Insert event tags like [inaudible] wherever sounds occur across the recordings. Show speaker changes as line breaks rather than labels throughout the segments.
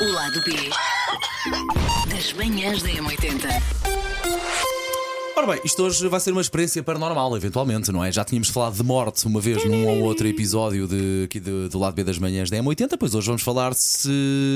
O lado B das manhãs da M80.
Ora bem, isto hoje vai ser uma experiência paranormal, eventualmente, não é? Já tínhamos falado de morte uma vez num ou outro episódio de, aqui do, do lado B das manhãs da M80, pois hoje vamos falar se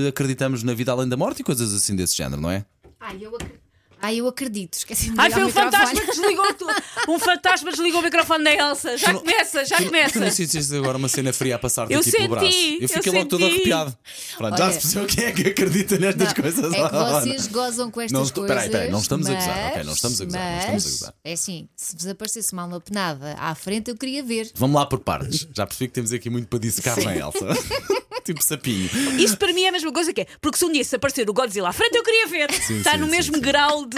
acreditamos na vida além da morte e coisas assim desse género, não é?
Ai, eu acredito. Ai, eu acredito. Esqueci de
Ai,
ligar
foi
o
um fantasma que
microfone.
desligou tudo. Um fantasma desligou o microfone da Elsa. Já começa, já
Tu não
começa.
sentiste agora uma cena fria a passar
Eu
daqui pelo braço?
senti,
eu fiquei
eu
logo todo
senti.
arrepiado. Pronto, já
Olha.
se percebeu quem é que acredita nestas [laughs] coisas.
É que vocês gozam com estas
Não estou-
coisas.
peraí, peraí, não estamos a gozar,
mas-
ok, não estamos a gozar, não estamos a gozar.
mas É assim, se vos aparecesse uma alapenada à frente, eu queria ver.
Vamos lá por partes. Já percebi que temos aqui muito para dissecar, não é, Elsa? [laughs] tipo sapinho.
Isto para mim é a mesma coisa que é. Porque se um dia se aparecer o Godzilla à frente, eu queria ver. Está
sim,
no
sim,
mesmo
sim.
grau de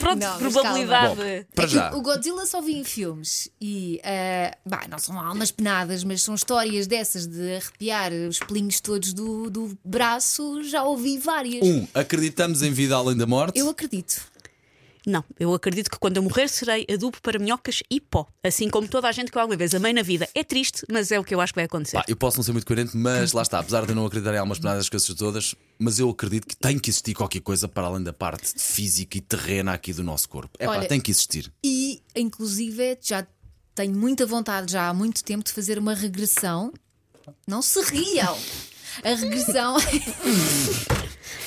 pronto,
Não, mas
probabilidade.
Bom, para
É que
já.
O Godzilla só vi em filmes e ah, bah, não são almas penadas, mas são histórias dessas de arrepiar os pelinhos todos do, do braço. Já ouvi várias.
Um, acreditamos em vida além da morte.
Eu acredito.
Não, eu acredito que quando eu morrer serei adubo para minhocas e pó. Assim como toda a gente que eu alguma vez amei na vida. É triste, mas é o que eu acho que vai acontecer.
Pá, eu posso não ser muito coerente, mas lá está, apesar de eu não acreditar em algumas penadas coisas todas, mas eu acredito que tem que existir qualquer coisa para além da parte física e terrena aqui do nosso corpo. É pá,
Olha-
tem que existir.
E, inclusive, já tenho muita vontade já há muito tempo de fazer uma regressão. Não se riam! A
[laughs]
regressão. [laughs]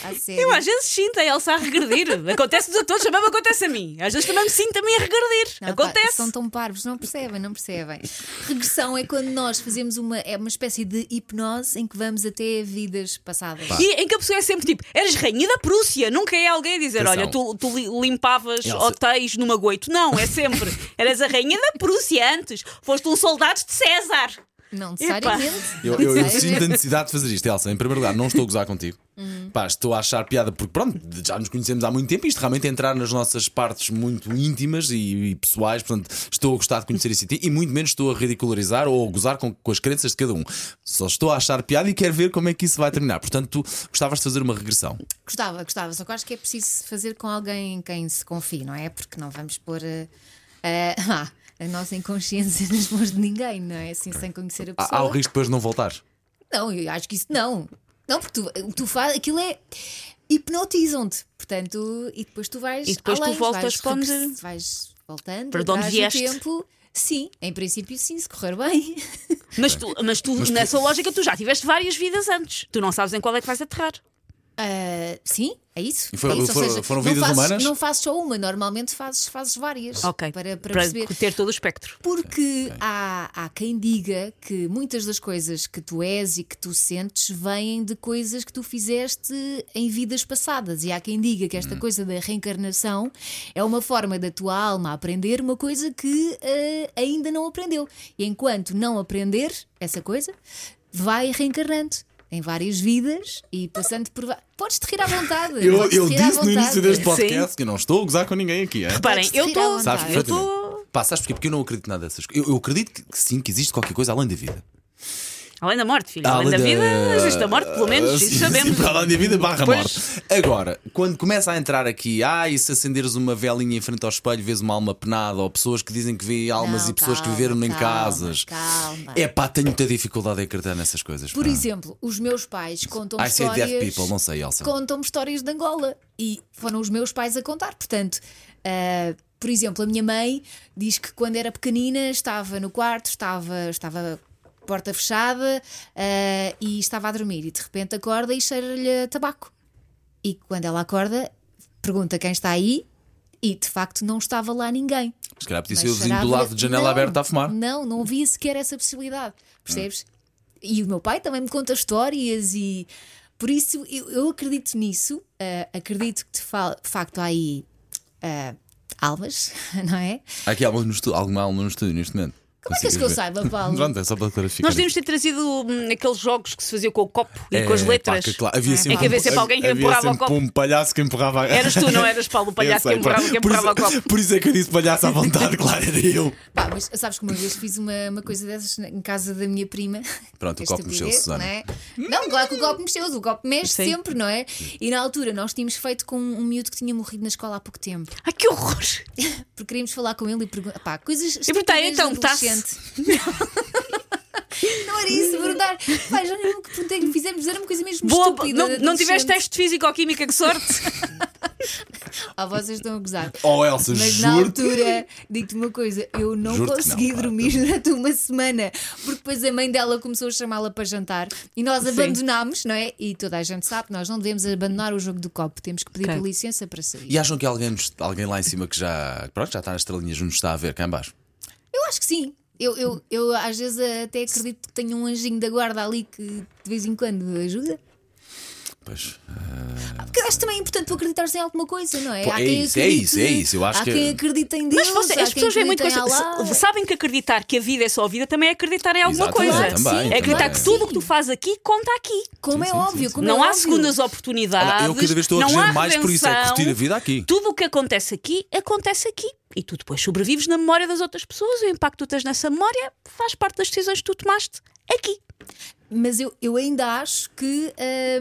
a sério.
Eu às vezes sinto a Elsa a regredir. Acontece-nos a todos, também me acontece a mim. Às vezes também me sinto a mim a regredir.
Não, pá,
acontece.
são tão parvos, não percebem, não percebem. Regressão é quando nós fazemos uma, é uma espécie de hipnose em que vamos até vidas passadas.
E em que a pessoa é sempre tipo, eras rainha da Prússia, nunca é alguém a dizer,
Atenção.
olha, tu, tu li- limpavas
Elsa.
hotéis numa goito. Não, é sempre, [laughs] eras a rainha da Prússia antes, foste um soldado de César.
Não necessariamente.
Eu,
não
eu- eu
necessariamente.
sinto a necessidade de fazer isto, Elsa. Em primeiro lugar, não estou a gozar contigo. Pá, estou a achar piada porque, pronto, já nos conhecemos há muito tempo e isto realmente é entrar nas nossas partes muito íntimas e, e pessoais. Portanto, estou a gostar de conhecer isso em ti e muito menos estou a ridicularizar ou a gozar com, com as crenças de cada um. Só estou a achar piada e quero ver como é que isso vai terminar. Portanto, tu gostavas de fazer uma regressão.
Gostava, gostava, só que eu acho que é preciso fazer com alguém em quem se confie, não é? Porque não vamos pôr eh, eh, [laughs] ah, a nossa inconsciência [laughs] nas mãos de ninguém, não é? Assim, sem conhecer a
Há, há
pessoa.
o risco depois de não voltar.
Não, eu acho que isso não. Não, porque tu, tu faz, aquilo é. hipnotizam-te, portanto, e depois tu vais.
E depois tu
além,
voltas
vais,
para onde-
regress- Vais voltando,
Para de onde
atrás do
vieste.
tempo. Sim, em princípio, sim, se correr bem. [laughs]
Mas tu, mas tu nessa lógica, tu já tiveste várias vidas antes. Tu não sabes em qual é que vais aterrar.
Ah, sim, é isso.
E foi-
é isso, ou
foram-
seja,
foram
não
vidas
fazes-
humanas?
Não fazes só uma, normalmente fazes, fazes várias.
Ok,
Para, para perceber.
ter todo o espectro.
Porque Há, há quem diga que muitas das coisas que tu és e que tu sentes vêm de coisas que tu fizeste em vidas passadas. E há quem diga que
Hum.
esta coisa da reencarnação é uma forma da tua alma aprender uma coisa que eh, ainda não aprendeu. E enquanto não aprender essa coisa, vai reencarnando. Em várias vidas e passando por. va- Podes-te rir à vontade.
Eu,
podes-te
eu
rir à
disse no início
vontade.
deste podcast
podcast
que eu não estou a gozar com ninguém aqui. É?
Reparem,
Podes-te
eu
rir à
estou.
vontade.
Sabes
Eu
perfeitamente.
estou.
Pá, sabes porquê? Porque eu não acredito nada dessas coisas. Eu, eu acredito que, que sim, que existe qualquer coisa além da vida.
Além da morte, filho. Além, da vida, existe a morte, pelo menos,
Sim,
isso
Ah, [laughs] sim,
sabemos.
para além da vida, barra
Pois.
morte. Agora, quando começa a entrar aqui, ah, e se acenderes uma velinha em frente ao espelho, vês uma alma penada, ou pessoas que dizem que vê almas
Não,
e pessoas
calma,
que viveram em
calma,
casas.
calma.
É pá, tenho muita dificuldade em acreditar nessas coisas.
Por
pá.
exemplo, os meus pais contam-me
I say
histórias.
deaf people, não sei, Elsa.
Contam-me histórias de Angola e foram os meus pais a contar. Portanto, ah, por exemplo, a minha mãe diz que quando era pequenina estava no quarto, estava, estava porta fechada ah, e estava a dormir e de repente acorda e cheira-lhe a tabaco. E quando ela acorda, pergunta quem está aí e de facto não estava lá ninguém.
Se calhar podia
Mas
ser o vizinho
será
do
que-
lado de janela
Não,
aberta a fumar.
Não, não havia sequer essa possibilidade. Percebes? E o meu pai também me conta histórias e por isso eu, eu acredito nisso. ah, acredito que de fa- de facto há aí ah, almas, [laughs] não é?
Há aqui alguma, no estu- alguma alma no estúdio neste momento.
Como é que és que eu saiba, Paulo?
Pronto, é só para clarificar.
Nós devíamos ter trazido hum, aqueles jogos que se fazia com o copo e
É,
com as
pá,
letras.
que claro, havia
É,
sempre
é que havia
um-
sempre alguém que
havia
empurrava o
sempre
copo.
um palhaço que empurrava.
Eras tu, não eras Paulo, o palhaço
Eu
que
sei, pá.
empurrava, que
Por isso-
empurrava o copo.
Por isso é que eu disse palhaço à vontade, [laughs] claro, era eu.
Pá, mas sabes que uma vez fiz uma, uma coisa dessas na- em casa da minha prima.
Pronto, o
Que
copo mexeu-se,
estupidez,
Susana.
Não, é? não, claro que o copo mexeu, o copo mexe
Sim.
sempre, não é? E na altura nós tínhamos feito com um miúdo que tinha morrido na escola há pouco tempo.
Ai, que horror!
porque queríamos falar com ele e perguntar. Pá, coisas.
E portanto,
[laughs] estupidez de
então, tá-se.
adolescente. Não era isso, perguntar. Pai, já nem o que perguntei-lhe, fizemos, era uma coisa mesmo
Boa,
estúpida.
não, não tiveste
adolescente.
teste de físico-química,
[laughs]
que sorte!
Ah, vocês estão a gozar.
Oh, Elsa,
Mas na
juro.
altura, digo-te uma coisa, eu não
Juro-te que
consegui
não, pá,
dormir durante uma semana, porque depois a mãe dela começou a chamá-la para jantar e nós abandonámos, não é? E toda a gente sabe que nós não devemos abandonar o jogo do copo, temos que pedir
Ok.
licença para sair.
E acham que alguém, nos- alguém lá em cima que já, pronto, já está nas estrelinhas nos está a ver cá em baixo?
Eu acho que sim. Eu, eu, eu às vezes até acredito que tenho um anjinho da guarda ali que de vez em quando ajuda.
Pois.
Porque eu acho também é importante tu acreditares em alguma coisa, não é?
Pô,
Há
é
quem
isso, é isso,
acredite-
é isso, eu acho
há
que-
quem acredita em Deus.
Mas você-
há
as
quem
pessoas veem muito
acredita
coisa.
em Allah.
s- Sabem que acreditar que a vida é só vida também é acreditar em alguma
Exatamente,
coisa.
também,
é acreditar
também.
que tudo o que tu fazes aqui conta aqui.
Como é óbvio, como
não
é
há
óbvio.
segundas oportunidades.
Olha, eu cada vez estou a
não
crescer
há
mais, por isso é que
redenção.
curtir a vida aqui.
Tudo o que acontece aqui, acontece aqui. E tu depois sobrevives na memória das outras pessoas. O impacto que tu tens nessa memória faz parte das decisões que tu tomaste aqui.
Mas eu, eu ainda acho que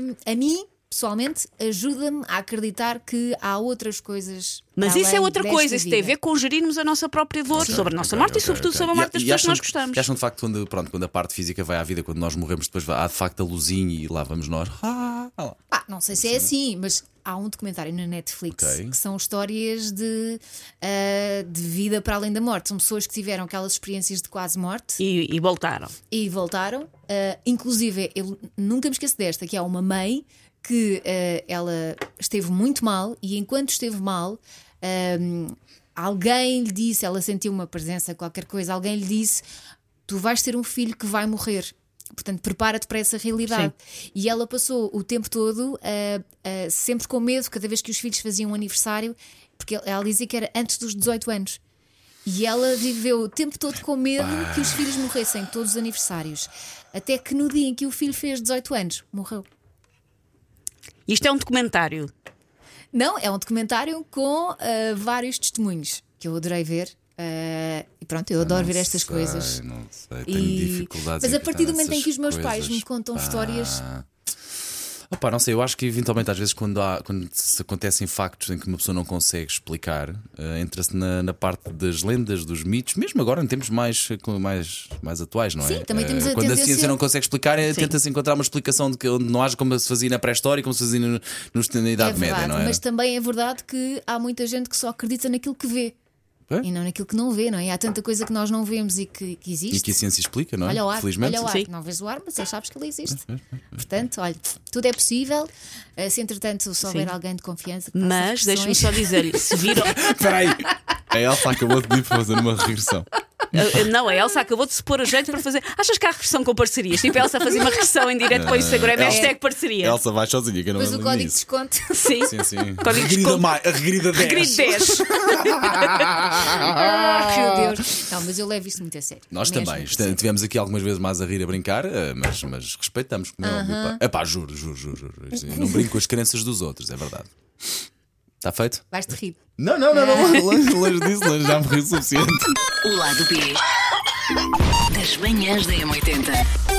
hum, a mim, pessoalmente, ajuda-me a acreditar que há outras coisas.
Mas
para
isso é
além
outra
desta
coisa. Isso tem a ver
Tá vida.
com gerirmos a nossa própria dor sobre a nossa
Ok,
morte
ok,
e, sobretudo,
ok.
sobre a morte das
E- e
pessoas que nós
acham-
gostamos.
e acham de facto quando, pronto, quando a parte física vai à vida, quando nós morremos, depois há de facto a luzinha e lá vamos nós. [laughs] Ah, ah lá.
Pá, não sei se é assim, mas há um documentário na Netflix
Ok.
que são histórias de, ah, de vida para além da morte. São pessoas que tiveram aquelas experiências de quase morte.
E- e voltaram.
e voltaram. Ah, inclusive, eu nunca me esqueço desta, que há uma mãe que ah, ela esteve muito mal e enquanto esteve mal, ahm, alguém lhe disse, ela sentiu uma presença, qualquer coisa, alguém lhe disse: Tu vais ter um filho que vai morrer. Portanto, prepara-te para essa realidade. E ela passou o tempo todo ah, ah, sempre com medo, cada vez que os filhos faziam um aniversário, porque ela dizia que era antes dos 18 anos. E ela viveu o tempo todo com medo que os filhos morressem todos os aniversários. Até que no dia em que o filho fez 18 anos, morreu.
Isto é um documentário.
Não, é um documentário com ah, vários testemunhos que eu adorei ver. Ah, e pronto, eu adoro ver estas
sei,
coisas.
Não sei, tenho
E...
dificuldades
Mas
em
a partir do
acreditar
momento em que os
nessas
meus pais
coisas,
me contam
pá.
histórias,
Opa, não sei, eu acho que eventualmente às vezes quando, há, quando se acontecem factos em que uma pessoa não consegue explicar, eh, entra-se na, na parte das lendas, dos mitos, mesmo agora em tempos mais, eh, com- mais, mais atuais, não é?
Sim, também
Eh,
temos a
Quando a
tendência-
ciência não consegue explicar, eh, tenta-se encontrar uma explicação de que onde não haja como se fazia na pré-história, como se fazia no- nos, na Idade
é
Média,
verdade.
não é?
Mas também é verdade que há muita gente que só acredita naquilo que vê
É?
e não naquilo que não vê, não é? Há tanta coisa que nós não vemos e que, que existe.
E que a ciência explica, não é?
Olha o ar,
Felizmente.
olha o ar.
Sim.
Não vês o ar, mas já sabes que ele existe. Portanto, olha, tudo é possível. Eh, Se entretanto só houver alguém de confiança, que faça
Mas deixa-me
expressões.
só dizer-lhe: se viram.
[laughs] Espera aí. É A Elsa acabou de me fazer uma regressão.
Eu- eu- eh, Não, a Elsa acabou de se pôr a jeito para fazer. Achas que há regressão com parcerias? Tipo, a Elsa fazia uma regressão em direto para o Instagram.
Elsa-
Hashtag parceria.
Elsa assim, vai sozinha, que eu não
Depois
me
o
lembro
código de
disso.
desconto.
Sim.
Sim, sim.
Código de desconto.
mais, regrida 10.
Grito 10.
Ah, [laughs] meu Deus. Não, mas eu levo isto muito a sério.
Nós
Mesmo.
também. Isto- é- Tivemos aqui algumas vezes mais a rir, a brincar, eh, mas, mas respeitamos, como é óbvio. Pá. Epá, juro, juro, juro. juro. Isto- eu Não brinco com as crenças dos outros, é verdade. Está feito?
Vais-te rir.
Não, não, não, não. Longe, longe disso, longe, já me ri o suficiente.
O lado B das manhãs da M80.